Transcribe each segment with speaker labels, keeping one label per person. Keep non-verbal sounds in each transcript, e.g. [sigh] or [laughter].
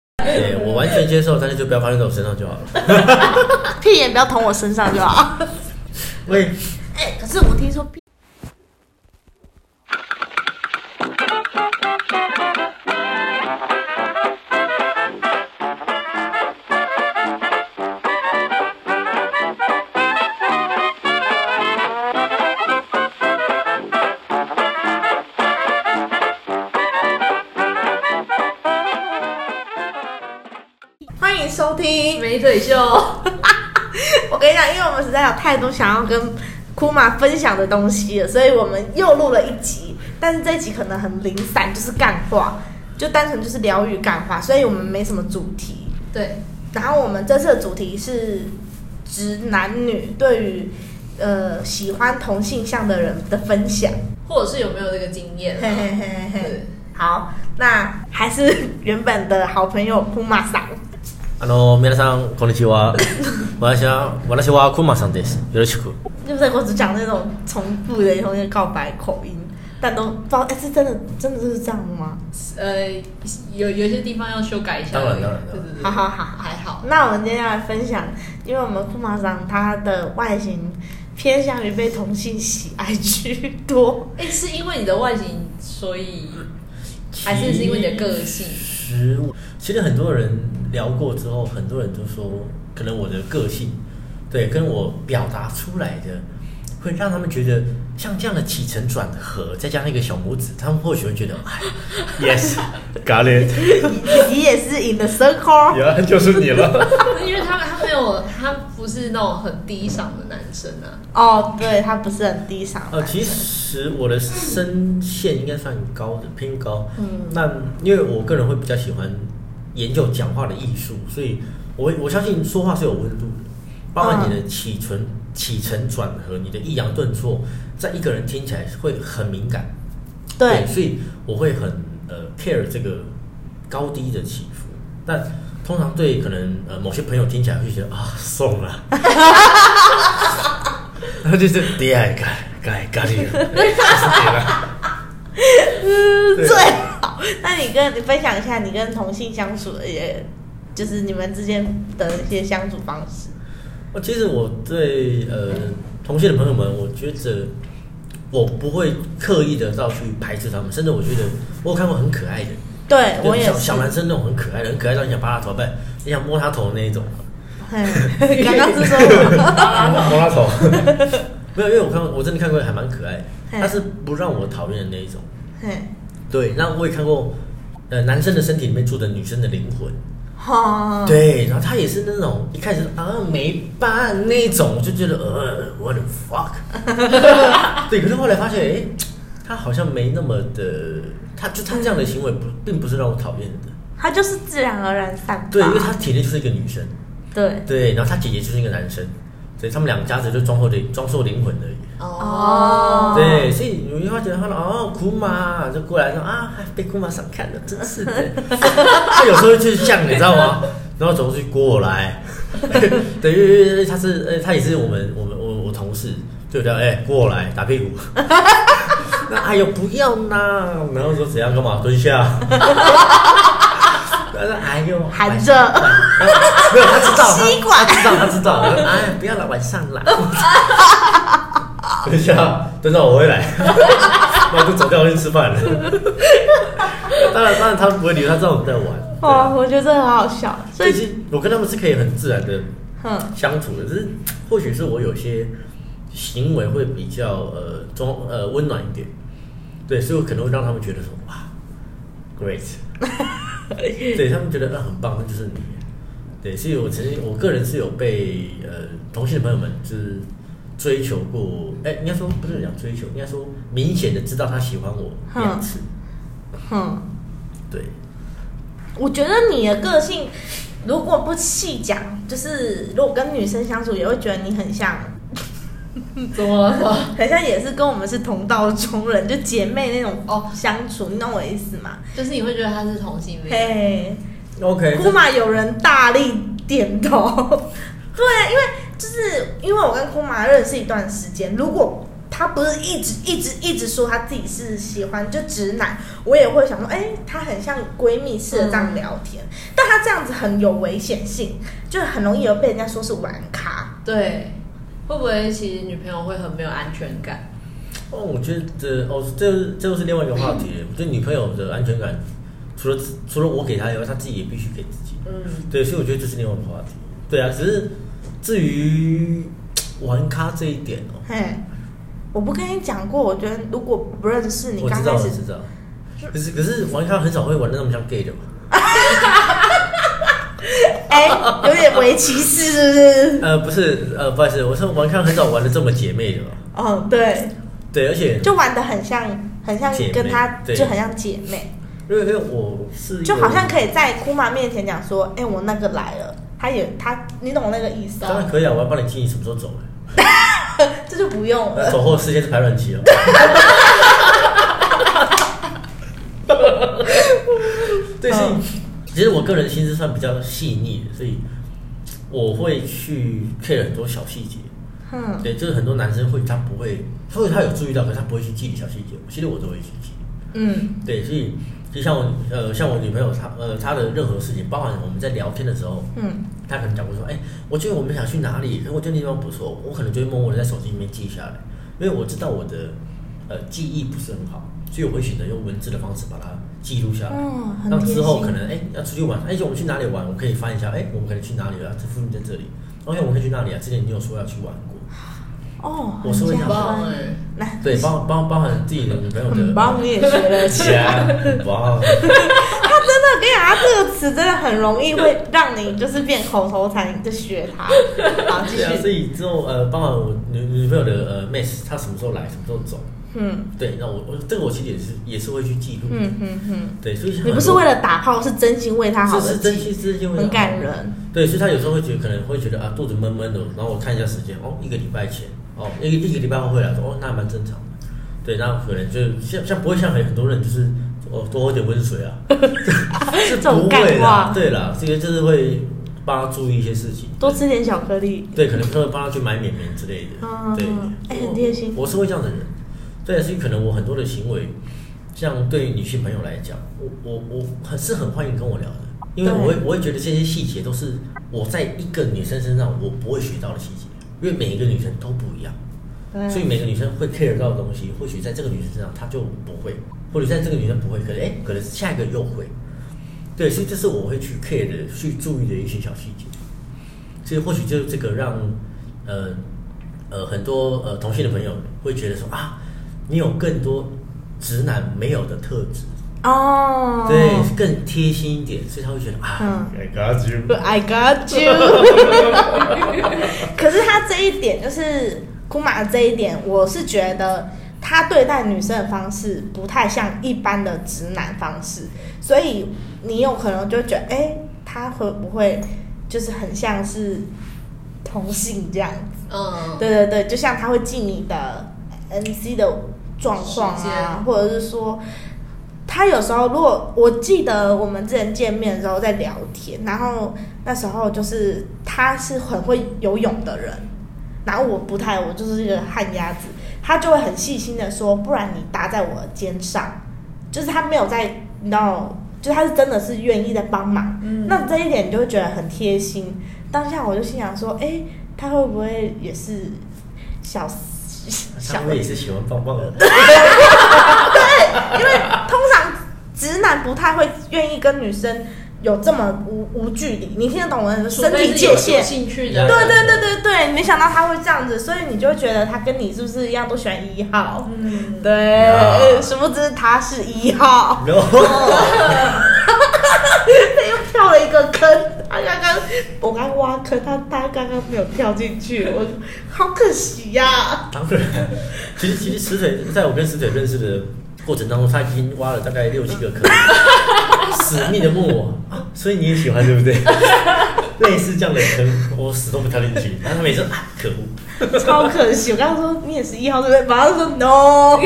Speaker 1: [laughs] 对我完全接受，但是就不要发生在我身上就好 [laughs] 了。
Speaker 2: 屁眼不要捅我身上就好。
Speaker 1: 喂，
Speaker 2: 哎、可是我听说屁，欢迎收听。
Speaker 3: 美腿秀，
Speaker 2: [laughs] 我跟你讲，因为我们实在有太多想要跟库玛分享的东西了，所以我们又录了一集，但是这一集可能很零散，就是干话，就单纯就是疗愈干话，所以我们没什么主题。
Speaker 3: 对，
Speaker 2: 然后我们这次的主题是直男女对于呃喜欢同性向的人的分享。
Speaker 3: 或者是有没有这个经验
Speaker 2: 嘿
Speaker 3: 啊？
Speaker 2: 嘿嘿嘿嘿
Speaker 3: 对。
Speaker 2: 好，那还是原本的好朋友库玛桑。
Speaker 1: あの皆さんこんにちは。 [laughs] 私は私は库马さんです。よろしく。
Speaker 2: 就是我只讲那种重复的同些告白口音，但都不知道，哎、是真的，真的是这样吗？
Speaker 3: 呃，有有一些地方要修改一下。
Speaker 1: 当然当然
Speaker 3: 对对对，
Speaker 2: 好好好，
Speaker 3: 还好。
Speaker 2: 那我们接下来分享，因为我们库马桑他的外形偏向于被同性喜爱居
Speaker 1: [laughs]
Speaker 2: 多，
Speaker 3: 哎，是因为你的外形，所以还是是因为你的个性？
Speaker 1: 实物，其实很多人聊过之后，很多人都说，可能我的个性，对，跟我表达出来的，会让他们觉得像这样的起承转合，再加上一个小拇指，他们或许会觉得，哎，yes，got it，
Speaker 2: 你也是 in the
Speaker 1: [laughs]
Speaker 2: circle，
Speaker 1: 原来就是你了。
Speaker 3: 因为他他没有，他不是那种很低嗓的男生啊。
Speaker 2: 哦，对他不是很低尚，
Speaker 1: 呃，其实我的声线应该算高的，偏高。
Speaker 2: 嗯，
Speaker 1: 那因为我个人会比较喜欢研究讲话的艺术，所以我我相信说话是有温度的，包含你的起承、起承转合，你的抑扬顿挫，在一个人听起来会很敏感。
Speaker 2: 对，
Speaker 1: 所以我会很呃 care 这个高低的起伏。但通常对可能呃某些朋友听起来会觉得啊送
Speaker 2: [laughs]
Speaker 1: 了，然后就是恋爱感感感情，对
Speaker 2: 嗯最好。那你跟你分享一下你跟同性相处的，也就是你们之间的一些相处方式。
Speaker 1: 我 [laughs] 其实我对呃同性的朋友们，我觉得我不会刻意的到去排斥他们，甚至我觉得我有看过很可爱的，
Speaker 2: 对我
Speaker 1: 就
Speaker 2: 也
Speaker 1: 小
Speaker 2: 是，
Speaker 1: 小男生那种很可爱的，很可爱到你想扒他头背，你想摸他头的那一种。 [laughs]
Speaker 2: 嘿刚刚是说我，
Speaker 1: 摩拉头， [laughs] 没有，因为我看过我真的看过还蛮可爱的，
Speaker 2: 嘿
Speaker 1: 他是不让我讨厌的那一种。
Speaker 2: 嘿，
Speaker 1: 对，那我也看过，呃，男生的身体里面住着女生的灵魂。
Speaker 2: 好，
Speaker 1: 对，然后他也是那种一开始啊没办那一种，我就觉得呃我的 fuck。对，
Speaker 2: [laughs]
Speaker 1: 可是后来发现，哎，他好像没那么的，他就他这样的行为不并不是让我讨厌的。
Speaker 2: 它就是自然而然散发。
Speaker 1: 对，因为他体内就是一个女生，
Speaker 2: 对，
Speaker 1: 对，然后他姐姐就是一个男生，所以他们两家子就装作灵装作灵魂而已。
Speaker 2: 哦
Speaker 1: 对，所以你会觉得他说哦，库玛就过来说啊，被库玛赏看了，真
Speaker 2: [laughs]
Speaker 1: 是的。他有时候就是这样，你知道吗？然后总是过来，对，因为因为他是，呃，他也是我们我们我我同事，就叫哎、过来打屁股。那哎呦不要啦，然后说怎样干嘛蹲下。
Speaker 2: [laughs]
Speaker 1: 他说哎呦
Speaker 2: 含着
Speaker 1: 没有，他知道，
Speaker 2: 吸
Speaker 1: 他
Speaker 2: 管
Speaker 1: 他知道，他知道。哎，不要了，晚上啦。等一下，等到我回来，然后就走掉去吃饭了。当然，当然他不会理会，他知道我们在玩。对
Speaker 2: 哦，
Speaker 1: 啊
Speaker 2: 我觉得很好笑。所
Speaker 1: 所以
Speaker 2: 以，
Speaker 1: 其实我跟他们是可以很自然的
Speaker 2: 哼，
Speaker 1: 相处的，只是或许是我有些行为会比较呃中呃温暖一点，对，所以我可能会让他们觉得说哇，great，对他们觉得那很棒，那就是你，对，所以我曾经我个人是有被呃同性的朋友们就是追求过，哎、应该说不是讲追求，应该说明显的知道他喜欢我两次，
Speaker 2: 哼，
Speaker 1: 对，
Speaker 2: 我觉得你的个性如果不细讲，就是如果跟女生相处，也会觉得你很像，
Speaker 3: 怎么了？
Speaker 2: 很像也是跟我们是同道中人，就姐妹那种
Speaker 3: 哦
Speaker 2: 相处，你懂我意思吗？
Speaker 3: 就是你会觉得他是同
Speaker 1: 嗯
Speaker 3: 性恋？
Speaker 2: 嘿。
Speaker 1: OK，
Speaker 2: 库玛有人大力点啊头，对，因为就是因为我跟库玛认识一段时间，如果他不是一直一直一直说他自己是喜欢就直男，我也会想说，哎、他很像闺蜜似的这样聊天，但他这样子很有危险性，就很容易有被人家说是玩咖。
Speaker 3: 对，会不会其实女朋友会很没有安全感？
Speaker 1: 哦，我觉得哦，这这又是另外一个话
Speaker 2: [laughs]
Speaker 1: 题。我觉得女朋友的安全感，除了自除了我给她以外，她自己也必须给自己。
Speaker 3: 嗯，
Speaker 1: 对，所以我觉得这是另外一个话题。对啊，只是至于玩咖这一点哦，
Speaker 2: 嘿，我不跟你讲过，我觉得如果不认识你，
Speaker 1: 我
Speaker 2: 刚
Speaker 1: 知道，
Speaker 2: 开
Speaker 1: 我
Speaker 2: 始
Speaker 1: 知道。可是可是玩咖很少会玩的那么像 gay 的嘛？
Speaker 2: 哎、有点为歧视，是不是？
Speaker 1: 呃，不是，呃，不好意思，我说玩咖很少玩的这么姐妹的嘛。
Speaker 2: 哦，对，
Speaker 1: 对，而且
Speaker 2: 就玩的很像，很像
Speaker 1: 姐妹
Speaker 2: 跟他
Speaker 1: 对
Speaker 2: 就很像姐妹，
Speaker 1: 因为因为我是
Speaker 2: 就好像
Speaker 1: 以，
Speaker 2: 可以在姑妈面前讲说，哎、我那个来了，他也他，你懂我那个意思
Speaker 1: 当然
Speaker 2: 哦，
Speaker 1: 可以啊，我要帮你记你什么时候走、
Speaker 2: 这就不用
Speaker 1: 那
Speaker 2: 了。
Speaker 1: 走后时间是排卵期哦。对，所以其实我个人心思算比较细腻的，所以我会去 care 很多小细节。
Speaker 2: 嗯，
Speaker 1: 对，就是很多男生会他不会，他会他有注意到，可是他不会去记小细节。其实我都会去记。
Speaker 2: 嗯，
Speaker 1: 对，所以就像我呃，像我女朋友她呃她的任何事情，包含我们在聊天的时候，
Speaker 2: 嗯，
Speaker 1: 她可能讲过说，哎、我觉得我们想去哪里，可是我觉得那地方不错，我可能就会默默的在手机里面记下来，因为我知道我的呃记忆不是很好，所以我会选择用文字的方式把它记录下来。
Speaker 2: 哦很
Speaker 1: 那
Speaker 2: 贴
Speaker 1: 之后
Speaker 2: 心
Speaker 1: 可能哎、要出去玩，哎、我们去哪里玩？我可以翻一下，哎、我们可能去哪里了？这附近在这里。OK，我们可以去那里啊！之前你有说要去玩过，
Speaker 2: 哦，
Speaker 1: 我说一下
Speaker 2: 很加
Speaker 3: 棒
Speaker 2: 分
Speaker 3: 哎、
Speaker 2: 来，
Speaker 1: 对，包包包含自己的女朋友的，
Speaker 2: 很 [laughs] 棒，你也学了起来。
Speaker 1: Yeah，哇， [laughs]
Speaker 2: 他真的，我跟你讲，他这个词真的很容易会让你就是变口头禅，你就学
Speaker 1: [laughs]
Speaker 2: 他。好，继
Speaker 1: 对啊，所
Speaker 2: 续。
Speaker 1: 以之后呃，包含我女女朋友的呃 m a t c h 她什么时候来，什么时候走，
Speaker 2: 嗯
Speaker 1: 对，那我我这个我其实也是也是会去记录，
Speaker 2: 嗯嗯嗯，
Speaker 1: 对，所以
Speaker 2: 你不是为了打炮，是真心为他好
Speaker 1: 这
Speaker 2: 的
Speaker 1: 是真心真心为
Speaker 2: 很
Speaker 1: 她好
Speaker 2: 感人。
Speaker 1: 对，所以她有时候会觉得可能会觉得啊肚子闷闷的，然后我看一下时间，哦，一个礼拜前，哦，一个一个礼拜后会来，说哦，那还蛮正常的，对，那可能就像像不会像很很多人就是哦多喝点温水
Speaker 2: [laughs]
Speaker 1: 啊， [laughs] 是
Speaker 2: 这
Speaker 1: 不
Speaker 2: 种
Speaker 1: 会
Speaker 2: 干话
Speaker 1: 啦，对啦，这个就是会帮她注意一些事情，
Speaker 2: 多吃点巧克力。
Speaker 1: 对，可能会帮他去买绵绵之类的。
Speaker 2: 嗯
Speaker 1: 对，
Speaker 2: 哎很贴心
Speaker 1: 我。我是会这样的人，对，所以可能我很多的行为，像对于女性朋友来讲，我我我很是很欢迎跟我聊的，因为
Speaker 2: 对
Speaker 1: 我会我会觉得这些细节都是我在一个女生身上我不会学到的细节，因为每一个女生都不一样，
Speaker 2: 对
Speaker 1: 所以每个女生会 care 到的东西，或许在这个女生身上她就不会，或者在这个女生不会，可能哎、可能下一个又会。对，所以这是我会去 care 的、去注意的一些小细节。所以或许就是这个让呃呃很多呃同性的朋友会觉得说啊，你有更多直男没有的特质，
Speaker 2: 哦，
Speaker 1: 对，更贴心一点，所以他会觉得啊
Speaker 2: 嗯
Speaker 1: ，I got you，
Speaker 2: I got you 。 [laughs] 可是他这一点，就是库玛这一点，我是觉得他对待女生的方式不太像一般的直男方式，所以你有可能就觉得，哎、他会不会就是很像是同性这样子？
Speaker 3: 嗯，
Speaker 2: 对对对，就像他会记你的 NC 的状况
Speaker 3: 时
Speaker 2: 啊
Speaker 3: 间，
Speaker 2: 或者是说，他有时候如果我记得我们之前见面的时候在聊天，然后那时候就是他是很会游泳的人，然后我不太，我就是一个旱鸭子，他就会很细心的说，不然你搭在我的肩上，就是他没有在，你知道，就是他是真的是愿意在帮忙，
Speaker 3: 嗯
Speaker 2: 那这一点你就会觉得很贴心。当下我就心想说，哎、他会不会也是小
Speaker 1: 他
Speaker 2: 小
Speaker 1: 们也是喜欢棒棒的，
Speaker 2: 因为通常直男不太会愿意跟女生有这么无无距离，你听得懂我的
Speaker 3: 除
Speaker 2: 身
Speaker 3: 非
Speaker 2: 体
Speaker 3: 是
Speaker 2: 界
Speaker 3: 有
Speaker 2: 限
Speaker 3: 有。兴趣的，
Speaker 2: 对对对对对，没想到他会这样子，所以你就会觉得他跟你是不是一样都喜欢一号？
Speaker 3: 嗯，
Speaker 2: 对，
Speaker 1: Yeah
Speaker 2: 殊不知他是一号，
Speaker 1: 然后
Speaker 2: 他又跳了一个坑。他刚刚我刚挖坑，他他刚刚没有跳进去，我好可惜呀、
Speaker 1: [laughs] 当然， [laughs] 其实其实石腿，在我跟石腿认识的过程当中，他已经挖了大概六七
Speaker 2: [laughs]
Speaker 1: 个坑，死命的问我、啊，所以你也喜欢对不 [laughs] 对？类似这样的坑，我死都不跳进去。然后他每次啊，可恶，
Speaker 2: [laughs] 超可惜。我刚刚说你也是一号对不对？马上说 no。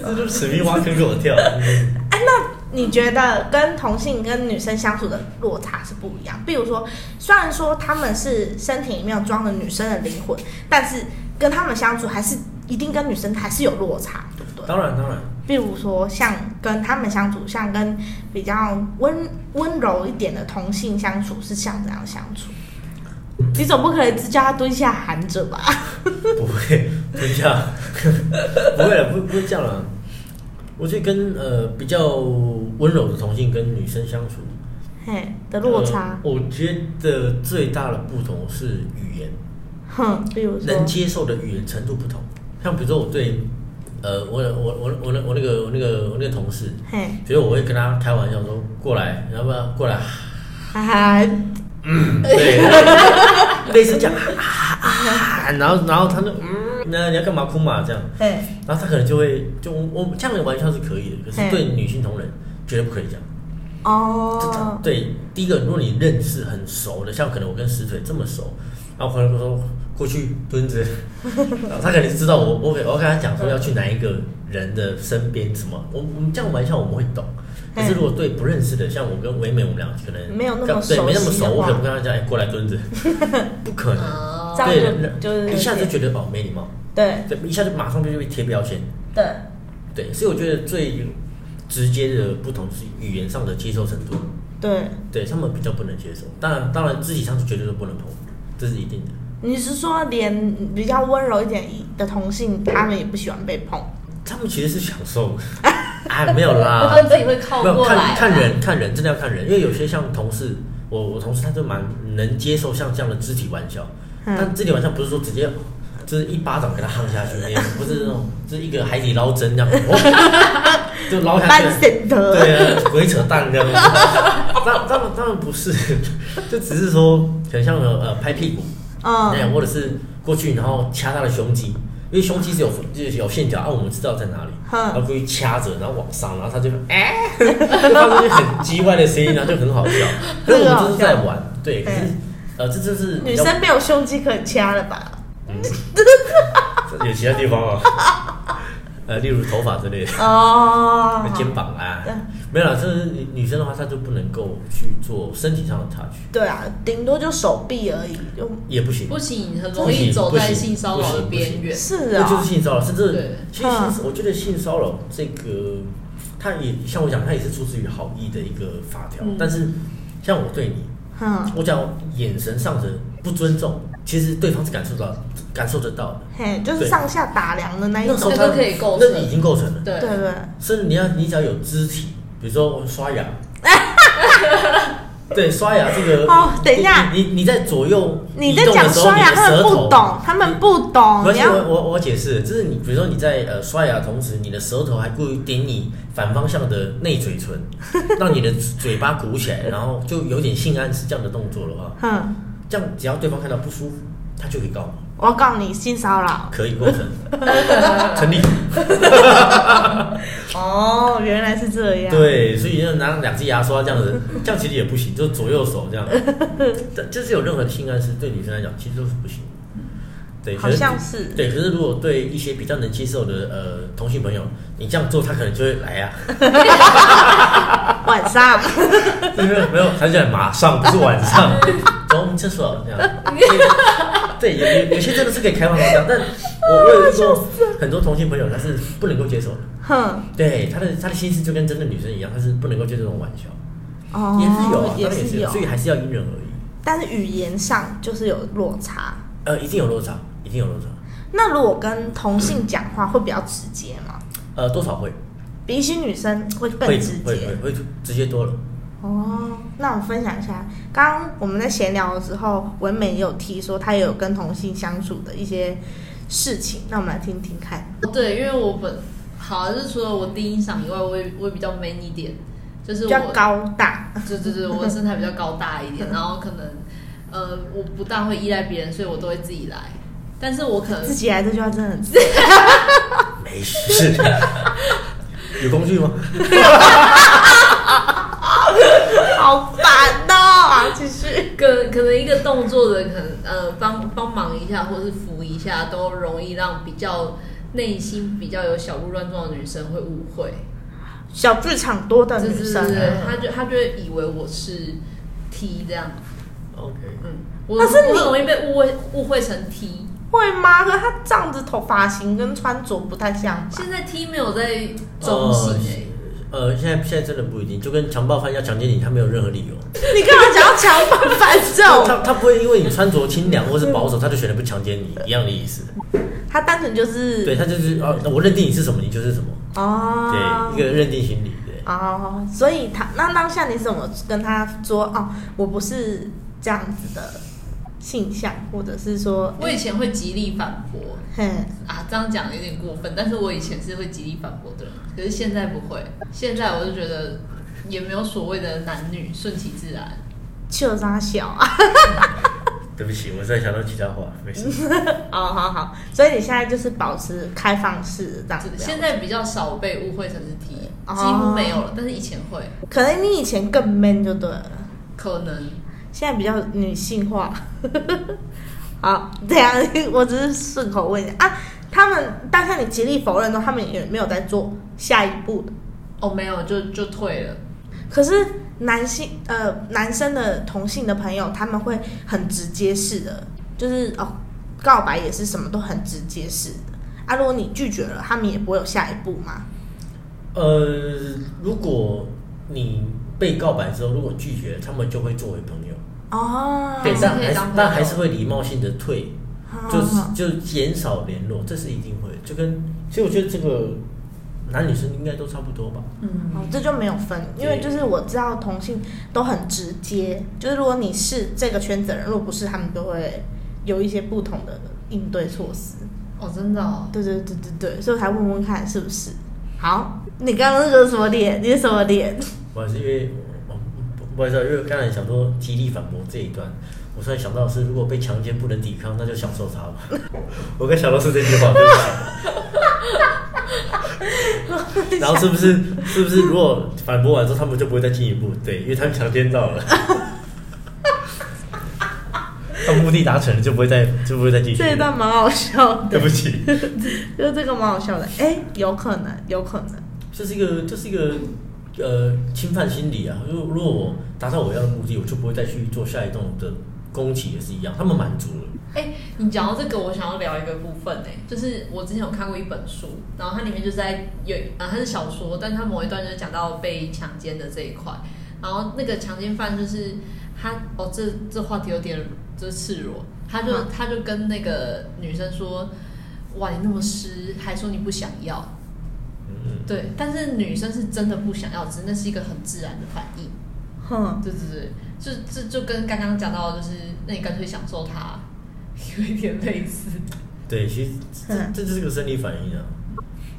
Speaker 1: 这就是死命挖坑给我跳。
Speaker 2: 哎，那你觉得跟同性跟女生相处的落差是不一样？比如说，虽然说他们是身体里面有装了女生的灵魂，但是跟他们相处还是一定跟女生还是有落差，对不对？
Speaker 1: 当然当然，
Speaker 2: 比如说像跟他们相处，像跟比较温温柔一点的同性相处是像怎样相处？你总不可能只叫他蹲下含着吧？ [laughs]
Speaker 1: 不会，不会这样， [laughs] 不会了，啊不不会这样了。我觉得跟呃比较温柔的同性跟女生相处
Speaker 2: 嘿，的落差，
Speaker 1: 呃我觉得最大的不同是语言，
Speaker 2: 哼，比如说
Speaker 1: 能，接受的语言程度不同。像比如说我对呃我我我我那我那个我那个我那个同事，
Speaker 2: 嘿，
Speaker 1: 比如我会跟他开玩笑说过来，要不要过来？
Speaker 2: 哈哈，
Speaker 1: 对，类似讲啊啊啊，然后然后他就嗯，那你要干嘛哭嘛这样，
Speaker 2: 嘿，
Speaker 1: 然后他可能就会就我我这样的玩笑是可以的，可
Speaker 2: 嘿
Speaker 1: 是对女性同仁绝对不可以讲。
Speaker 2: 哦，
Speaker 1: 对，第一个，如果你认识很熟的，像可能我跟石腿这么熟，然后朋 [laughs] 友说过去蹲着， [laughs] 然后他可能知道我我给我跟他讲说要去哪一个人的身边什么，我我们这样玩笑我们会懂。可是如果对不认识的，像我跟唯美，我们俩可能
Speaker 2: 没有那么
Speaker 1: 刚对
Speaker 2: 熟
Speaker 1: 没那么
Speaker 2: 悉的
Speaker 1: 熟，我
Speaker 2: 话
Speaker 1: 可能不跟他讲哎过来
Speaker 2: [laughs]
Speaker 1: 蹲着，不可能。
Speaker 3: 哦
Speaker 2: 这样
Speaker 1: 对
Speaker 2: 就
Speaker 1: 人
Speaker 2: 就是
Speaker 1: 一下就觉得哦没礼貌，
Speaker 2: 对
Speaker 1: 对，一下就马上就被贴标签。
Speaker 2: 对，
Speaker 1: 对，所以我觉得最直接的不同是语言上的接受程度。
Speaker 2: 对，
Speaker 1: 对他们比较不能接受。当然，当然肢体上是绝对是不能碰，这是一定的。
Speaker 2: 你是说连比较温柔一点的同性，他们也不喜欢被碰？
Speaker 1: 他们其实是享受，
Speaker 3: [laughs]
Speaker 1: 哎，没有
Speaker 3: 我
Speaker 1: 啦
Speaker 3: 们，自己会靠
Speaker 1: 没有
Speaker 3: 过来啊
Speaker 1: 看，看人看人，真的要看人，因为有些像同事，我我同事他就蛮能接受像这样的肢体玩笑，
Speaker 2: 嗯
Speaker 1: 但肢体玩笑不是说直接。就是一巴掌给他夯下去，也不是那种，就是一个海底捞针这样，哦、 [laughs] 就捞下去
Speaker 2: 半，神的，
Speaker 1: 对啊，鬼扯淡这样子。 [laughs] 当当然当然不是，就只是说很像呃拍屁股，哎，
Speaker 2: 嗯，
Speaker 1: 或者是过去然后掐他的胸肌，因为胸肌是有就是有线条啊，我们知道在哪里，
Speaker 2: 哼
Speaker 1: 然后过去掐着，然后往上，然后他就哎， [laughs] 他就会很叽歪的声音，然后就很好笑。可是我们就是在玩，对，可是呃，这就是
Speaker 2: 女生没有胸肌可掐了吧？
Speaker 1: 有其他地方啊， [laughs] 呃，例如头发之类的。
Speaker 2: 哦，
Speaker 1: [laughs] 肩膀啊
Speaker 2: 对，
Speaker 1: 没有啦，就是女女生的话，她就不能够去做身体上的 touch，
Speaker 2: 对啊，顶多就手臂而已，就
Speaker 1: 也不行，
Speaker 3: 不行，很容易走在性骚扰的边缘。
Speaker 2: 是
Speaker 1: 这
Speaker 2: 啊、
Speaker 1: 就是性骚扰，甚
Speaker 3: 对
Speaker 1: 至其实
Speaker 2: 嗯
Speaker 1: 性，我觉得性骚扰这个，它也像我讲，它也是出自于好意的一个法条。
Speaker 3: 嗯
Speaker 1: 但是像我对你，
Speaker 2: 哼，
Speaker 1: 我讲眼神上的不尊重，其实对方是感受到感受得到的。
Speaker 2: 嘿，就是
Speaker 1: 对
Speaker 2: 上下打量的那一
Speaker 1: 那时候
Speaker 2: 种，
Speaker 1: 他
Speaker 3: 那就可以构成
Speaker 1: 那已经构成了。
Speaker 3: 对
Speaker 2: 对，对，
Speaker 1: 甚至你要你只要有肢体，比如说我刷
Speaker 3: [laughs]
Speaker 1: 牙，对刷牙这个
Speaker 2: 哦等一下
Speaker 1: 你你你在左右
Speaker 2: 你
Speaker 1: 移
Speaker 2: 在
Speaker 1: 动的
Speaker 2: 讲
Speaker 1: 时候，
Speaker 2: 刷
Speaker 1: 你
Speaker 2: 牙，
Speaker 1: 的
Speaker 2: 他
Speaker 1: 舌
Speaker 2: 们
Speaker 1: 头
Speaker 2: 不懂，他们不懂，
Speaker 1: 不
Speaker 2: 哦你
Speaker 1: 是
Speaker 2: 要
Speaker 1: 我我我解释，就是你比如说你在呃刷牙的同时，你的舌头还故意顶你反方向的内嘴
Speaker 2: [laughs]
Speaker 1: 唇，让你的嘴巴鼓起来，然后就有点性暗示这样的动作的话，
Speaker 2: 哼，
Speaker 1: 这样只要对方看到不舒服，他就可以告你，
Speaker 2: 我要告你性骚扰。
Speaker 1: 可以构
Speaker 2: [laughs]
Speaker 1: 成成立。
Speaker 2: 哦，原来是这样。，
Speaker 1: 对，所以要拿两只牙刷这样子，这样其实也不行，就左右手这
Speaker 2: [laughs]
Speaker 1: 样，但就是有任何的性暗示对女生来讲其实都是不行的。对，
Speaker 2: 好
Speaker 1: 可
Speaker 2: 像是
Speaker 1: 对，可是如果对一些比较能接受的呃同性朋友，你这样做，他可能就会来啊。
Speaker 2: 晚上
Speaker 1: 没有没有，他就在马上，不是晚上，走，我们厕所这样。对，有有有些真的是可以开放到这样，但我我有遇过很多同性朋友，他是不能够接受的。
Speaker 2: [laughs] 哼，
Speaker 1: 对，他的他的心思就跟真的女生一样，他是不能够接受这种玩笑，
Speaker 2: 哦，
Speaker 1: 也是有啊，
Speaker 2: 也
Speaker 1: 当然也是有，所以还是要因人而异。
Speaker 2: 但是语言上就是有落差。
Speaker 1: 呃，一定有落差，一定有落差。
Speaker 2: 那如果跟同性讲话会比较直接吗？
Speaker 1: 呃，多少会
Speaker 2: 比起女生会更
Speaker 1: 会
Speaker 2: 直
Speaker 1: 会
Speaker 2: 接
Speaker 1: 会会直接多了。
Speaker 2: 哦。那我分享一下，刚刚我们在闲聊的时候，文美也有提说她也有跟同性相处的一些事情，那我们来听听看。
Speaker 3: 对，因为我本好就是除了我第一场以外，我也我也比较 man 一点，就
Speaker 2: 比
Speaker 3: 是我
Speaker 2: 较高大，
Speaker 3: 对对
Speaker 2: [laughs]
Speaker 3: 对，我身材比较高大一点，然后可能呃我不大会依赖别人，所以我都会自己来。但是我可能
Speaker 2: 自己来这句话真的 [laughs] 很自然。
Speaker 1: 没事，有工具吗？
Speaker 2: 好烦哦！好继续。
Speaker 3: [laughs] 可可能一个动作的可能呃帮帮忙一下，或是扶一下，都容易让比较内心比较有小鹿乱撞的女生会误会。
Speaker 2: 小剧场多的
Speaker 3: 对
Speaker 2: 女
Speaker 3: 对对
Speaker 2: 生，啊
Speaker 3: 对，她就她就会以为我是 T 这样，
Speaker 1: 哦 OK，
Speaker 3: 嗯，我
Speaker 2: 但是你
Speaker 3: 我很容易被误会误会成 T，
Speaker 2: 会吗？可是他这样子头发型跟穿着不太像吧？
Speaker 3: 现在 T 没有在
Speaker 1: 哦
Speaker 3: 中性哎、
Speaker 1: 呃，现在现在真的不一定，就跟强暴犯要强奸你，他没有任何理由。
Speaker 2: 你干嘛讲要强暴 [laughs] 犯这
Speaker 1: 他
Speaker 2: 种？
Speaker 1: 他不会因为你穿着清凉或是保守，他就选择不强奸你，一样的意思。
Speaker 2: 他单纯就是
Speaker 1: 对他就是啊，我认定你是什么，你就是什么。
Speaker 2: 哦，
Speaker 3: 啊
Speaker 1: 对，一个认定心理。对，
Speaker 2: 哦，所以他那当下你怎么跟他说？哦，我不是这样子的性向，或者是说，
Speaker 3: 我以前会极力反驳
Speaker 2: 嘿，
Speaker 3: 啊，这样讲有点过分，但是我以前是会极力反驳的人，可是现在不会，现在我就觉得也没有所谓的男女，顺其自然。
Speaker 2: 就他小
Speaker 3: [laughs]
Speaker 2: 啊。
Speaker 1: 对不起，我在想到其他话，没事。
Speaker 2: 哦，好好，所以你现在就是保持开放式这样子啊聊。
Speaker 3: 现在比较少被误会成是 T，
Speaker 2: 哦
Speaker 3: 几乎没有了，但是以前会，
Speaker 2: 可能你以前更 man 就对了，
Speaker 3: 可能
Speaker 2: 现在比较女性化。 [laughs] 好，这样我只是顺口问一下啊。他们，但是你极力否认的话，他们也没有在做下一步的。
Speaker 3: 哦没有就就退了。
Speaker 2: 可是男性呃男生的同性的朋友，他们会很直接式的，就是哦告白也是什么都很直接式的啊。如果你拒绝了，他们也不会有下一步嘛。
Speaker 1: 呃，如果你被告白之后，如果拒绝，他们就会作为朋友。
Speaker 2: 哦，
Speaker 1: 对，
Speaker 3: 啊是
Speaker 1: 但
Speaker 3: 可以
Speaker 1: 还是
Speaker 3: 当朋友啊
Speaker 1: 但还是会礼貌性的退，
Speaker 2: 好
Speaker 1: 就是
Speaker 2: 好
Speaker 1: 就减少联络，这是一定会的。就跟所以我觉得这个男女生应该都差不多吧。
Speaker 3: 嗯，
Speaker 2: 哦，这就没有分，因为就是我知道同性都很直接，就是如果你是这个圈子的人，如果不是，他们都会有一些不同的应对措施。
Speaker 3: 哦真的哦，
Speaker 2: 对对对对对，所以我才问问看是不是。好，你刚刚那个什么脸？你是什么脸？
Speaker 1: 我还是因为我我不好意思啊，因为刚才想说极力反驳这一段，我突然想到的是，如果被强奸不能抵抗，那就享受它吧。我跟小老师这句话，对不起。然后是不是是不是如果反驳完之后，他们就不会再进一步？对，因为他们强奸到了，他们目的达成了，就不会再就不会再进一步
Speaker 2: 这。一段蛮好笑的，
Speaker 1: 对不起，
Speaker 2: 就是这个蛮好笑的。哎，有可能，有可能。
Speaker 1: 这是一个这是一个呃侵犯心理啊。如果如果我达到我要的目的，我就不会再去做下一栋的攻击，也是一样，他们满足了。
Speaker 3: 哎、你讲到这个，我想要聊一个部分呢、欸就是我之前有看过一本书，然后它里面就在有啊，它是小说，但它某一段就讲到被强奸的这一块，然后那个强奸犯就是他哦，这这话题有点就是赤裸，他就
Speaker 2: 嗯
Speaker 3: 他就跟那个女生说，哇，你那么湿，还说你不想要，
Speaker 1: 嗯，
Speaker 3: 对，但是女生是真的不想要，只是那是一个很自然的反应，
Speaker 2: 哼，
Speaker 3: 对对对，就这就跟刚刚讲到的就是，那你干脆享受它，有一点类似。
Speaker 1: 对，其实这
Speaker 2: 嗯
Speaker 1: 这就是个生理反应啊，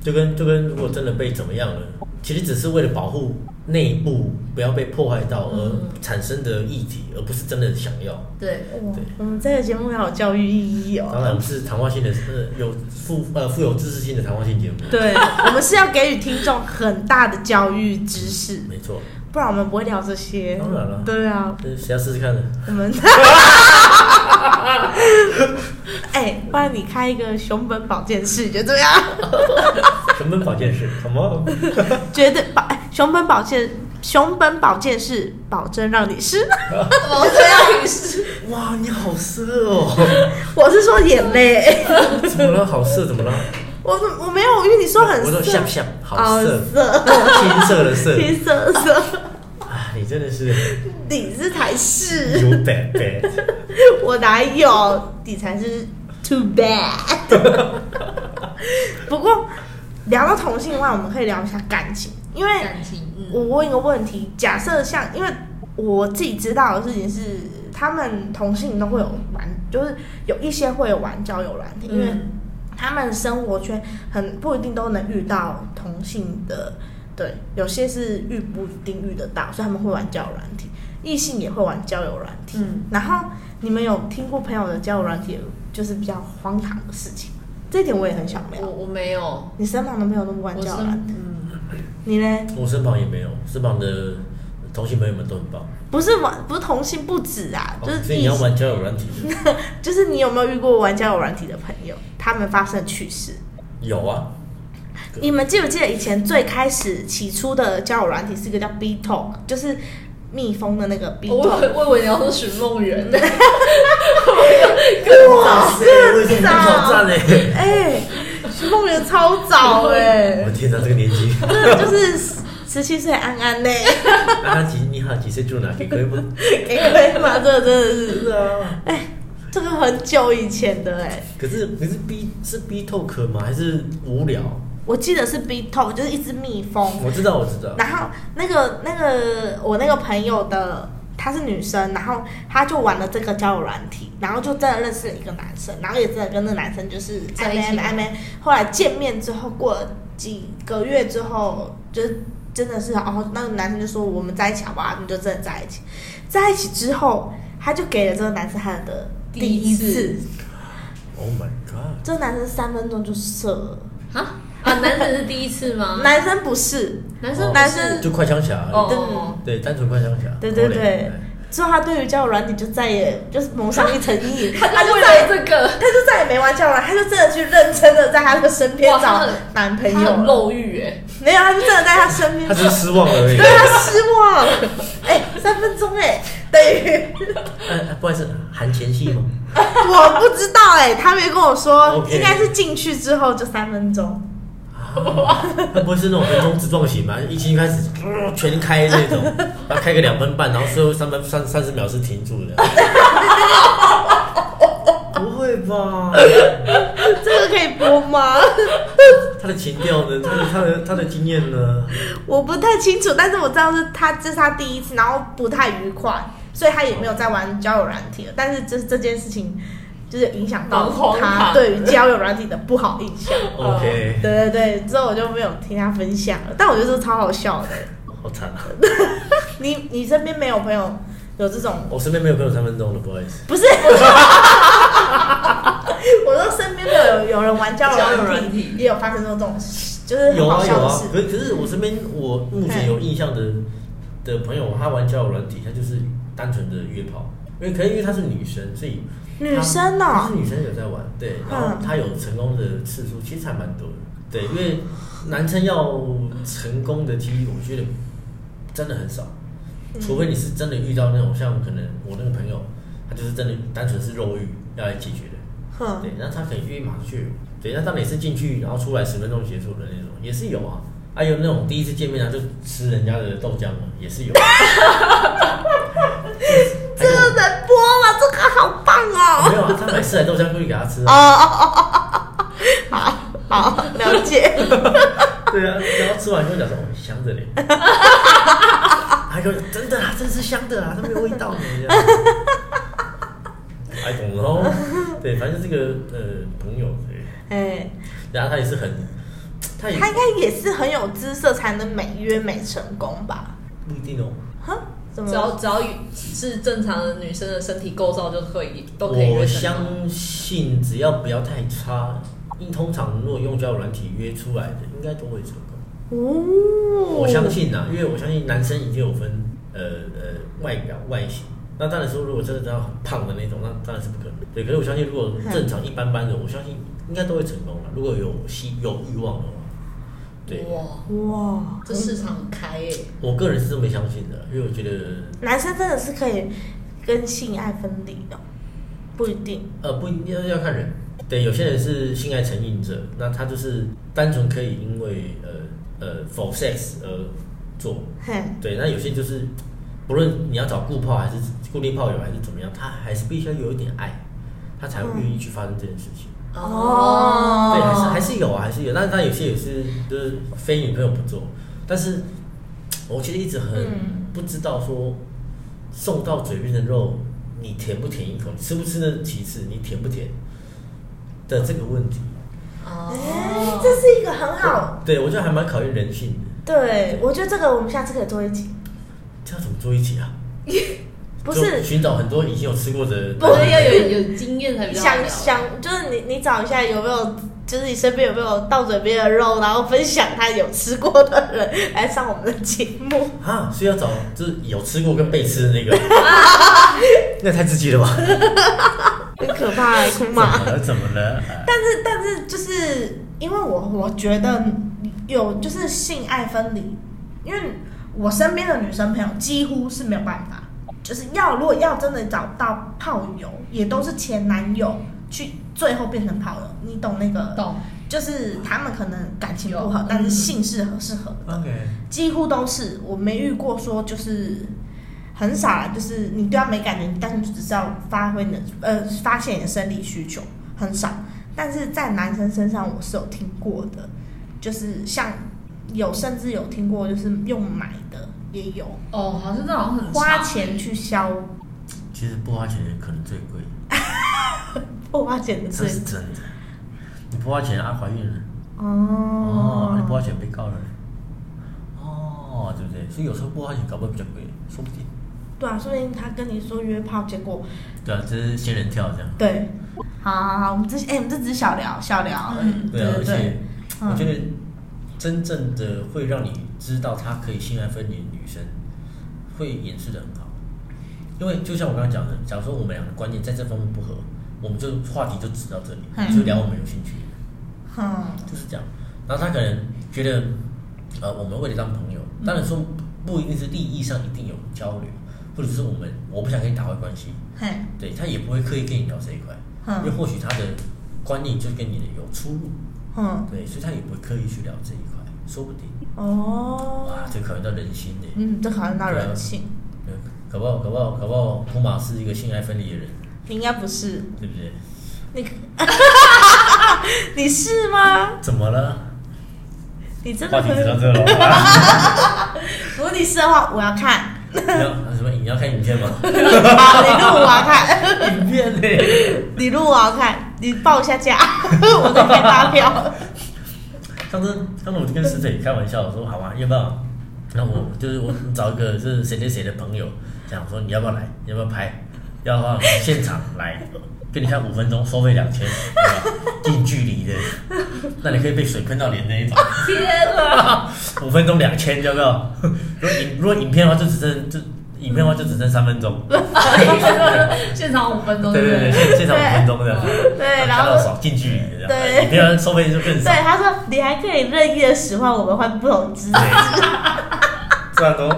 Speaker 1: 就跟就跟如果真的被怎么样了，其实只是为了保护内部不要被破坏到而
Speaker 3: 嗯
Speaker 1: 产生的议题，而不是真的想要。
Speaker 3: 对，
Speaker 2: 哇
Speaker 1: 对，
Speaker 2: 我们这个节目好有教育意义哦。
Speaker 1: 当然，我们是谈话性的，呃，有富呃富有知识性的谈话性节目，
Speaker 2: 对，我们是要给予听众很大的教育知识，
Speaker 1: 没错。
Speaker 2: 不然我们不会聊这些。
Speaker 1: 当然了
Speaker 2: 对啊，
Speaker 1: 那谁要试试看呢？ [laughs]
Speaker 2: 我们。 [laughs] 哎、不然你开一个熊本保健室，你觉得怎么样？
Speaker 1: 熊本保健室，好吗？
Speaker 2: 绝对保哎熊本保健熊本保健室，保证让你湿。
Speaker 3: 我这样也是。
Speaker 1: 哇，你好色哦！
Speaker 2: [laughs] 我是说眼泪， [laughs]
Speaker 1: 怎么了？好色？怎么了？
Speaker 2: 我我没有，因为你说很
Speaker 1: 我说
Speaker 2: 色
Speaker 1: 下，下，好
Speaker 2: 好
Speaker 1: 色，
Speaker 2: 哦
Speaker 1: [laughs]
Speaker 2: 色，
Speaker 1: 青色的
Speaker 2: [laughs]
Speaker 1: 色。
Speaker 2: 黑色色，
Speaker 1: 啊，你真的是
Speaker 2: 你是才是，
Speaker 1: [laughs] 有 bad bad。
Speaker 2: 我哪有？你才是 too bad。不过聊到同性的话，我们可以聊一下感情，因为
Speaker 3: 感情，
Speaker 2: 我
Speaker 3: 嗯，
Speaker 2: 问一个问题，假设像，因为我自己知道的事情是，他们同性都会有玩，就是有一些会有玩交友软体，因为
Speaker 3: 嗯
Speaker 2: 他们生活圈很不一定都能遇到同性的，对，有些是遇不一定遇得到，所以他们会玩交友软体，异性也会玩交友软体。
Speaker 3: 嗯，
Speaker 2: 然后你们有听过朋友的交友软体就是比较荒唐的事情吗？这一点我也很想聊
Speaker 3: 我。我没有，
Speaker 2: 你身旁的朋友都不玩
Speaker 3: 我
Speaker 2: 交
Speaker 3: 是
Speaker 2: 友软体，
Speaker 3: 嗯，
Speaker 2: 你嘞？
Speaker 1: 我身旁也没有，身旁的同性朋友们都很棒。
Speaker 2: 不是玩，不是同性不止啊，就
Speaker 1: 哦
Speaker 2: 是
Speaker 1: 所以你
Speaker 2: 异
Speaker 1: 要玩交友软体？
Speaker 2: 就是你有没有遇过玩交友软体的朋友，他们发生的趣事？
Speaker 1: 有啊，
Speaker 2: 你们记不记得以前最开始起初的交友软体是一个叫 B Talk，就是蜜蜂的那个 B
Speaker 3: 我
Speaker 2: Talk， [laughs]
Speaker 3: 我我以为你要说寻梦园，
Speaker 1: 哇塞，哎我已经很挑战嘞！
Speaker 2: 哎，徐梦圆超早哎
Speaker 1: 我、天哪，这个年纪，
Speaker 2: 真的就是十七岁安安呢，
Speaker 1: 那他几你好几岁住哪？可以吗？
Speaker 2: 给以吗？这个真的是，
Speaker 1: 啊。
Speaker 2: 哎，这个很久以前的哎，
Speaker 1: 可是可是 B 是 B talk 吗？还是无聊？
Speaker 2: 我记得是 B t o 就是一只蜜蜂，
Speaker 1: 我知道我知道，
Speaker 2: 然后那个那个我那个朋友的她是女生，然后她就玩了这个交友软体，然后就真的认识了一个男生，然后也真的跟那男生就是暧
Speaker 3: 在一起
Speaker 2: 昧暧昧。后来见面之后，过了几个月之后，就是真的是，哦，那个男生就说我们在一起好不好？你就真的在一起，在一起之后，他就给了这个男生他的第一
Speaker 3: 第一
Speaker 2: 次
Speaker 3: 次，
Speaker 1: Oh my god！
Speaker 2: 这个男生三分钟就射了，
Speaker 3: 啊啊！男生是第一次吗？
Speaker 2: [laughs] 男生不是，
Speaker 3: 男生不是
Speaker 2: 男生
Speaker 1: 哦
Speaker 2: 嗯
Speaker 1: 就快枪侠而已，
Speaker 3: 哦，
Speaker 1: 对，单纯快枪侠，哎
Speaker 2: 对对对
Speaker 1: 口脸
Speaker 2: 之后他对于交友软体就再也就是蒙上一层阴影，
Speaker 3: [laughs] 他就为
Speaker 2: 再也
Speaker 3: 了这个，
Speaker 2: 他就再也没玩交友软体，他就真的去认真的在他的身边
Speaker 3: 哇他
Speaker 2: 找
Speaker 3: 很
Speaker 2: 男朋
Speaker 3: 他
Speaker 2: 友
Speaker 3: 很
Speaker 2: 了，
Speaker 3: 漏欲哎，
Speaker 2: 没有，他就真的在他身边
Speaker 1: 他，只是失望而已。
Speaker 2: 对他失望，哎、三分钟哎、等于
Speaker 1: 呃，不好意思，含前戏吗？ [laughs]
Speaker 2: 我不知道哎、他没跟我说，
Speaker 1: OK
Speaker 2: 应该是进去之后就三分钟，
Speaker 1: 啊他不会是那种横冲直撞型吧？一进一开始、呃全开那种，然后开个两分半，然后最后三分三三十秒是停住
Speaker 2: [laughs]
Speaker 1: 的。不会吧？
Speaker 2: 这个可以播吗？ [laughs]
Speaker 1: 他的情调呢？他的他的他的经验呢？
Speaker 2: 我不太清楚，但是我知道是他这是他第一次，然后不太愉快，所以他也没有在玩交友软体了。但是这这件事情就是影响到
Speaker 3: 蛮荒唐
Speaker 2: 他
Speaker 3: 的
Speaker 2: 对于交友软体的不好印象。
Speaker 1: OK，
Speaker 2: 对对对，之后我就没有听他分享了，但我觉得这超好笑的。
Speaker 1: 好惨啊！
Speaker 2: 你你身边没有朋友有这种？
Speaker 1: 我身边没有朋友三分钟的，不好意思。
Speaker 2: 不是， [laughs] 我说身边的有有人玩交友
Speaker 3: 交友
Speaker 2: 软
Speaker 3: 软
Speaker 2: 体
Speaker 3: 体，
Speaker 2: 也有发生这种事，就是
Speaker 1: 有
Speaker 2: 很好
Speaker 1: 啊有
Speaker 2: 笑的
Speaker 1: 啊
Speaker 2: 事，。
Speaker 1: 可可是我身边我目前有印象的的朋友，他玩交友软体，他就是单纯的约炮，因为可能因为她是女生，所以她
Speaker 2: 女生哦
Speaker 1: 她是女生有在玩，对，然后
Speaker 2: 嗯
Speaker 1: 她有成功的次数，其实还蛮多的，对，因为男生要成功的几率，我觉得真的很少，
Speaker 2: 嗯
Speaker 1: 除非你是真的遇到那种像可能我那个朋友，他就是真的单纯是肉欲要来解决的，
Speaker 2: 哼
Speaker 1: 对，，那他可以约马上去，对，那他每次进去然后出来十分钟结束的那种也是有啊，还、有那种第一次见面然后就吃人家的豆浆的也是
Speaker 2: [laughs]
Speaker 1: 有。
Speaker 2: 这个能播吗？这个好棒哦！ [laughs]
Speaker 1: 没有啊，他买四台豆浆过去给他吃
Speaker 2: 哦
Speaker 1: 啊。
Speaker 2: 哦哦哦哦，好好了解。
Speaker 1: [laughs] 对啊，然后吃完就讲说哦香 [laughs] 着嘞，还跟我讲真的啊，真是香的啊，它没有味道呢。这样 I don't know，对，反正这个呃朋友，对，
Speaker 2: 哎，
Speaker 1: 然后他也是很，他也
Speaker 2: 他应该也是很有姿色才能每约每成功吧？
Speaker 1: 不一定哦。
Speaker 2: 哼，怎么
Speaker 3: 只要只要是正常的女生的身体构造就可以都可以约成功。
Speaker 1: 我相信只要不要太差，因通常如果用交友软体约出来的，应该都会成功。
Speaker 2: 哦，
Speaker 1: 我相信啊呐、因为我相信男生已经有分呃呃外表外形。那当然说，如果真的要很胖的那种，那当然是不可能。对，可是我相信，如果正常一般般的，我相信应该都会成功啊了。如果有希有欲望的话，对，
Speaker 3: 哇，
Speaker 2: 哇，
Speaker 3: 这市场很开哎，
Speaker 1: 我个人是这么相信的，因为我觉得
Speaker 2: 男生真的是可以跟性爱分离的，不一定。
Speaker 1: 呃不一定要要看人。对，有些人是性爱成瘾者，那他就是单纯可以因为呃呃 for sex 而做，
Speaker 2: 嘿，
Speaker 1: 对，那有些就是，不论你要找固炮还是固定炮友还是怎么样，他还是必须要有一点爱，他才会愿意去发生这件事情。
Speaker 2: 哦
Speaker 1: 对，还是还是有啊，还是有。但但有些也是就是非女朋友不做，但是我其实一直很
Speaker 2: 嗯
Speaker 1: 不知道说送到嘴边的肉，你舔不舔一口，你吃不吃那是其次，你舔不舔的这个问题，
Speaker 2: 哎
Speaker 3: 哦，，
Speaker 2: 这是一个很好，
Speaker 1: 对我觉得还蛮考验人性的。
Speaker 2: 对我觉得这个我们下次可以做一集，
Speaker 1: 这要怎么做一起啊？
Speaker 2: 不
Speaker 1: 就是寻找很多已经有吃过的，
Speaker 3: 我觉得要有有经验才比较好
Speaker 2: 想
Speaker 3: 聊
Speaker 2: 想，就是你你找一下有没有，就是你身边有没有到嘴边的肉，然后分享他有吃过的人来上我们的节目。
Speaker 1: 啊，所以要找就是有吃过跟被吃的
Speaker 2: [laughs]
Speaker 1: 那个，那太刺激了吧？
Speaker 2: 很可怕、欸，哭
Speaker 1: 怎
Speaker 2: 嘛
Speaker 1: 么。了？怎么了？啊
Speaker 2: 但是但是就是因为我我觉得有就是性爱分离，因为我身边的女生朋友几乎是没有办法，就是要如果要真的找到炮友，也都是前男友去最后变成炮友，你懂那个？
Speaker 3: 懂，
Speaker 2: 就是他们可能感情不好
Speaker 3: 有，
Speaker 2: 但是性是合是合的，
Speaker 1: OK，
Speaker 2: 几乎都是我没遇过说就是很少啦，就是你对他没感觉，但是你只是要发挥你的呃发现你的生理需求，很少。但是在男生身上我是有听过的，就是像有甚至有听过就是用买的也有，
Speaker 3: 哦，好像这好像很
Speaker 2: 花
Speaker 3: 长
Speaker 2: 钱去消
Speaker 1: 其实不花钱的可能最贵，
Speaker 2: 不花钱的
Speaker 1: 这是
Speaker 2: 罪
Speaker 1: 真的。你不花钱啊，怀孕了哦，你不
Speaker 2: 哦
Speaker 1: 花钱被告了哦，对不对？所以有时候不花钱搞不好比较贵，说不定。
Speaker 2: 对啊，说不定他跟你说约炮，结果
Speaker 1: 对啊，这是仙人跳这样。
Speaker 2: 对，好好好，我们这哎、我们这只是小聊小聊而已，
Speaker 3: 嗯
Speaker 1: 对
Speaker 2: 对
Speaker 1: 啊，
Speaker 2: 对
Speaker 1: 而且
Speaker 2: 对，
Speaker 1: 我觉
Speaker 2: 嗯，
Speaker 1: 得真正的会让你知道她可以性爱分离的女生，会掩饰的很好。因为就像我刚刚讲的，假如说我们两个观念在这方面不合，我们就话题就只到这里，
Speaker 2: 嗯
Speaker 1: 就聊我们有兴趣的。
Speaker 2: 哼，
Speaker 1: 就是这样。然后他可能觉得，呃，我们为了当朋友，当然说不一定是利益上一定有交流，或者是我们我不想跟你打坏关系，
Speaker 2: 嘿，
Speaker 1: 对他也不会刻意跟你聊这一块，因为
Speaker 2: 哼，
Speaker 1: 或许他的观念就跟你的有出入，
Speaker 2: 哼，
Speaker 1: 对，所以他也不会刻意去聊这一块，说不定哇
Speaker 2: 哦，，
Speaker 1: 这考验到人心的，
Speaker 2: 嗯，这考验到人性，
Speaker 1: 对，搞不好搞不好搞不好，托马是一个性爱分离的人，
Speaker 2: 你应该不是，
Speaker 1: 对不对？
Speaker 2: 你， [laughs] 你是吗？
Speaker 1: 怎么了？
Speaker 2: 你真
Speaker 1: 话
Speaker 2: 的
Speaker 1: 题
Speaker 2: 会
Speaker 1: 知？道这 [laughs] 了，
Speaker 2: 如果你是的话，我要看，
Speaker 1: 你要什么？你要看影片吗？
Speaker 2: 好，你录我要看， [laughs]
Speaker 1: 影片嘞。
Speaker 2: 你录我要看，你报一下价， [laughs] 我再开发票。
Speaker 1: [laughs] [laughs] 上次上次我就跟师姐开玩笑，我说好啊，要不要？那我就是我找一个就是谁谁谁的朋友，讲说你要不要来，你要不要拍，要的话现场来，给你看五分钟，收费两千，有没有近距离的，那你可以被水喷到脸那一种，
Speaker 3: 天啊！
Speaker 1: 五分钟两千，要不要？ [laughs] 如果影如果影片的话就只剩就影片的话就只剩三分钟，
Speaker 3: [laughs] 现场五分钟，
Speaker 1: 对对对，现现场五分钟这样，
Speaker 2: 对然
Speaker 1: 看
Speaker 2: 后
Speaker 1: 到少近距离的这样，
Speaker 2: 对
Speaker 1: 影片的话收费就更少
Speaker 2: 对，，他说你还可以任意的使唤我们换不同姿势，
Speaker 1: 对，这
Speaker 2: 啊
Speaker 1: 样都。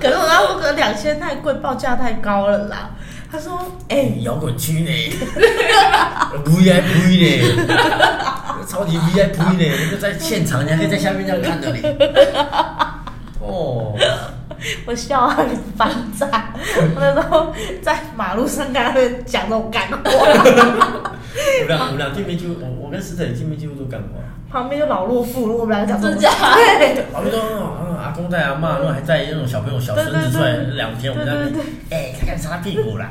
Speaker 2: 可是我刚说可能两千太贵，报价太高了啦。他说，哎、
Speaker 1: 摇滚区呢
Speaker 2: [laughs]
Speaker 1: ，VIP 呢，超级 VIP 呢，那个在现场，你还可以在下面这样看着
Speaker 2: [laughs]
Speaker 1: 你。哦，
Speaker 2: 我笑到你翻炸。我那时候在马路上跟他们讲这种干话，
Speaker 1: 我们俩我们俩见面几乎，我我跟石仔见面几乎都干过。
Speaker 2: 旁边就老弱妇孺，我们两个讲这种 [laughs]
Speaker 3: 真假
Speaker 2: 对，
Speaker 1: 老那种啊阿公在阿妈，那种还带那种小朋友小孙子出来
Speaker 2: 对对对
Speaker 1: 两天，我们在那边，哎，他敢擦他屁股啦？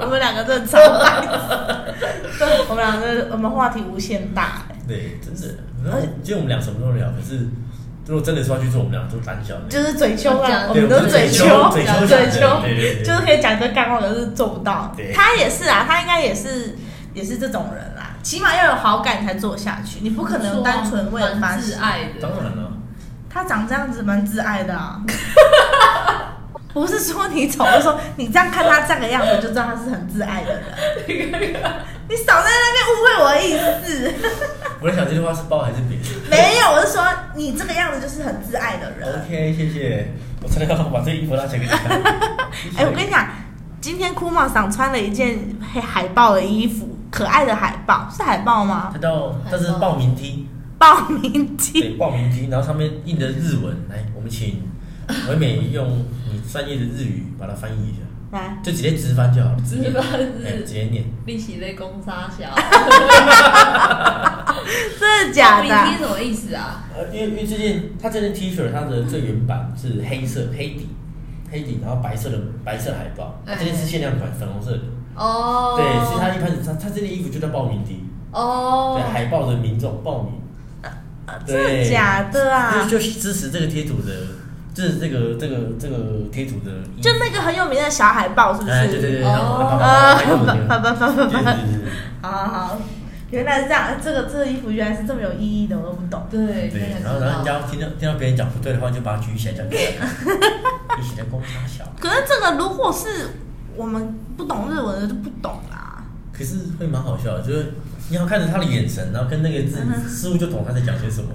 Speaker 2: 我们两个真的超白痴。对，我们两个真的我们话题无限大、
Speaker 1: 对，真的。然后其实我们俩什么都聊，可是如果真的说要去做，我们俩都胆小那种。
Speaker 2: 就是嘴丘啊，我
Speaker 1: 哦对
Speaker 2: 们
Speaker 1: 我
Speaker 2: 都
Speaker 1: 们
Speaker 2: 是
Speaker 1: 是
Speaker 2: 嘴丘
Speaker 1: 丘，，嘴
Speaker 3: 丘
Speaker 2: 嘴丘
Speaker 1: 丘，对对对，
Speaker 2: 就是可以讲这干话，可是做不到
Speaker 1: 对。
Speaker 2: 他也是啊，他应该也是也是这种人啦，起码要有好感才做下去，你不可
Speaker 3: 啊
Speaker 2: 能单纯为了发
Speaker 3: 蛮自
Speaker 2: 泄。
Speaker 3: 爱的，
Speaker 1: 当然了。
Speaker 2: 他长这样子蛮自爱的 [laughs] 啊，不是说你丑，就说你这样看他这个样子，就知道他是很自爱的人。你少在那边误会我的意思，
Speaker 1: 我在想这句话是包还是
Speaker 2: [laughs]
Speaker 1: 别
Speaker 2: 没有，我是说你这个样子就是很自爱的人。
Speaker 1: ？OK，谢谢。我真的要把这衣服拉起来给你看。
Speaker 2: [laughs] 哎、我跟你讲，今天库玛桑穿了一件黑海豹的衣服，可爱的海报，是海报吗
Speaker 1: 他？到他是报名梯，
Speaker 2: 报名
Speaker 1: 对，
Speaker 2: 机，
Speaker 1: 报名梯，然后上面印的日文，来，我们请唯美用你专业的日语把它翻译一下，
Speaker 2: 来，
Speaker 1: 就直接直翻就好了，
Speaker 3: 直翻
Speaker 1: 哎，直接念。
Speaker 3: 利息类攻杀小，
Speaker 2: 真的假
Speaker 3: 明天
Speaker 2: 的？
Speaker 3: 什么意思啊？
Speaker 1: 呃，因为因为这件它这件 T 恤，它的最原版是黑色黑底，黑底，然后白色的白色海报，它这件是限量款，粉红色的。
Speaker 3: 哦，
Speaker 1: 对，所以它一开始它它这件衣服就叫报名梯，对，
Speaker 3: 哦，
Speaker 1: 海报的民众报名。
Speaker 2: 真的
Speaker 1: 对
Speaker 2: 假的啊？
Speaker 1: 就就是支持这个贴图的，就是这个这个这个贴图的意义，
Speaker 2: 就那个很有名的小海豹，是不是？
Speaker 1: 哎，对对对，然后
Speaker 3: 哦
Speaker 2: 啊，
Speaker 1: 拍
Speaker 2: 叭
Speaker 1: 照
Speaker 2: 叭叭叭
Speaker 1: 对对
Speaker 2: 叭，
Speaker 1: 对对
Speaker 2: 好好好，原来是这样，这个这个衣服原来是这么有意义的，我都不懂。
Speaker 3: 对
Speaker 1: 对
Speaker 3: 才，
Speaker 1: 然后
Speaker 3: 知
Speaker 1: 然后人
Speaker 3: 道
Speaker 1: 家听到听到别人讲不对的话，就把它举起来讲给他看，一起在攻他小，
Speaker 2: 可是这个如果是我们不懂日文的就不懂啦。
Speaker 1: 可是会蛮好笑的，就是你要看着他的眼神，然后
Speaker 2: 嗯 [laughs]
Speaker 1: 跟那个字，似乎就懂他在讲些什么。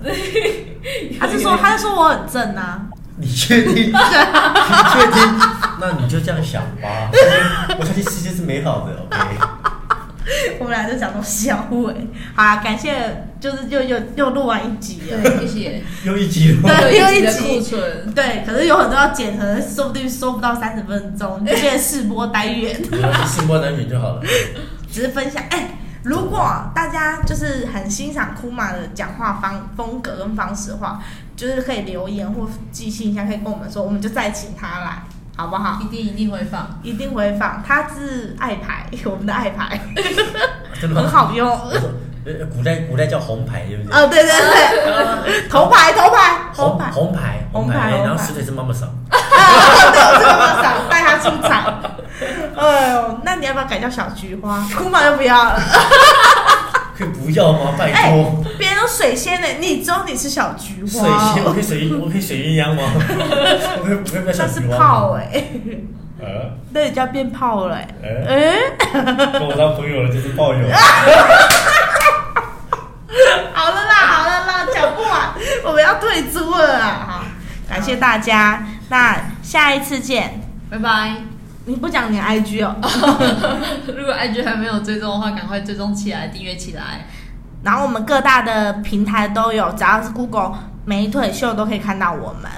Speaker 2: 他是说他是说我很正啊，
Speaker 1: 你确定？你确定？那你就这样想吧。我相信世界是美好的，OK。
Speaker 2: 我们俩就讲到笑哎、好啊，感谢，就是又又又录完一集了。
Speaker 3: 对，谢谢。
Speaker 1: 又一集了，
Speaker 2: 对
Speaker 3: 又
Speaker 2: 又一
Speaker 3: 的
Speaker 2: 集
Speaker 3: 库存，
Speaker 2: 对，可是有很多要剪，可能说不定说不到三十分 [laughs] 钟，就变成试播单元。
Speaker 1: 你要是新播单元就好了。
Speaker 2: 只是分享。哎、如果大家就是很欣赏库玛的讲话方风格跟方式的话，就是可以留言或寄信箱，可以跟我们说，我们就再请他来，好不好？
Speaker 3: 一定一定会放。
Speaker 2: 一定回访，他是爱牌， [laughs] 我们的爱牌
Speaker 1: 真的
Speaker 2: 很
Speaker 1: 吗？
Speaker 2: 好 [laughs] 用。
Speaker 1: 我说呃，古代古代叫红牌，对不对？
Speaker 2: 呃，哦对对对，头牌头牌嗯头
Speaker 1: 红
Speaker 2: 牌， [laughs]
Speaker 1: 红牌，
Speaker 2: 红牌
Speaker 1: 牌，哎
Speaker 2: 红牌
Speaker 1: 然后石腿是妈妈桑，
Speaker 2: 对，我这么想带他出场。 [laughs] 哎呦，那你要不要改叫小菊花？库玛就不要 [laughs] 了。
Speaker 1: 可以不要吗？拜
Speaker 2: 哎哦
Speaker 1: 托，
Speaker 2: 别人有水仙呢、你只有你是小菊
Speaker 1: 水
Speaker 2: 花。
Speaker 1: 仙，我可以水我可以水鸳
Speaker 2: [laughs]
Speaker 1: 鸯吗？我可以我可以不要
Speaker 2: 那
Speaker 1: 小
Speaker 2: 是
Speaker 1: 菊花吗？
Speaker 2: 炮哎、
Speaker 1: 呃
Speaker 2: [laughs] 那人家变炮了、 [laughs] 欸，
Speaker 1: 呃，
Speaker 2: 哎、
Speaker 1: 跟我当朋友了就是炮友。
Speaker 2: 好了啦，好了啦，讲不完， [laughs] 我们要退租了啊！好，感谢大家，那下一次见。
Speaker 3: 拜拜。 [laughs]
Speaker 2: 你不讲你 IG 哦，
Speaker 3: 如果 IG 还没有追踪的话，赶快追踪起来，订阅起来。
Speaker 2: [laughs] 然后我们各大的平台都有，只要是 Google 美腿秀都可以看到我们。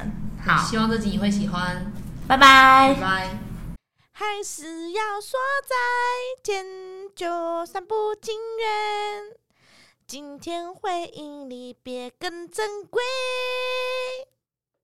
Speaker 2: 好，
Speaker 3: 希望这集你会喜欢，
Speaker 2: 拜
Speaker 3: 拜
Speaker 2: 拜。
Speaker 3: 拜。
Speaker 2: 还是要说再见，就算不情愿，今天回忆里别更珍贵。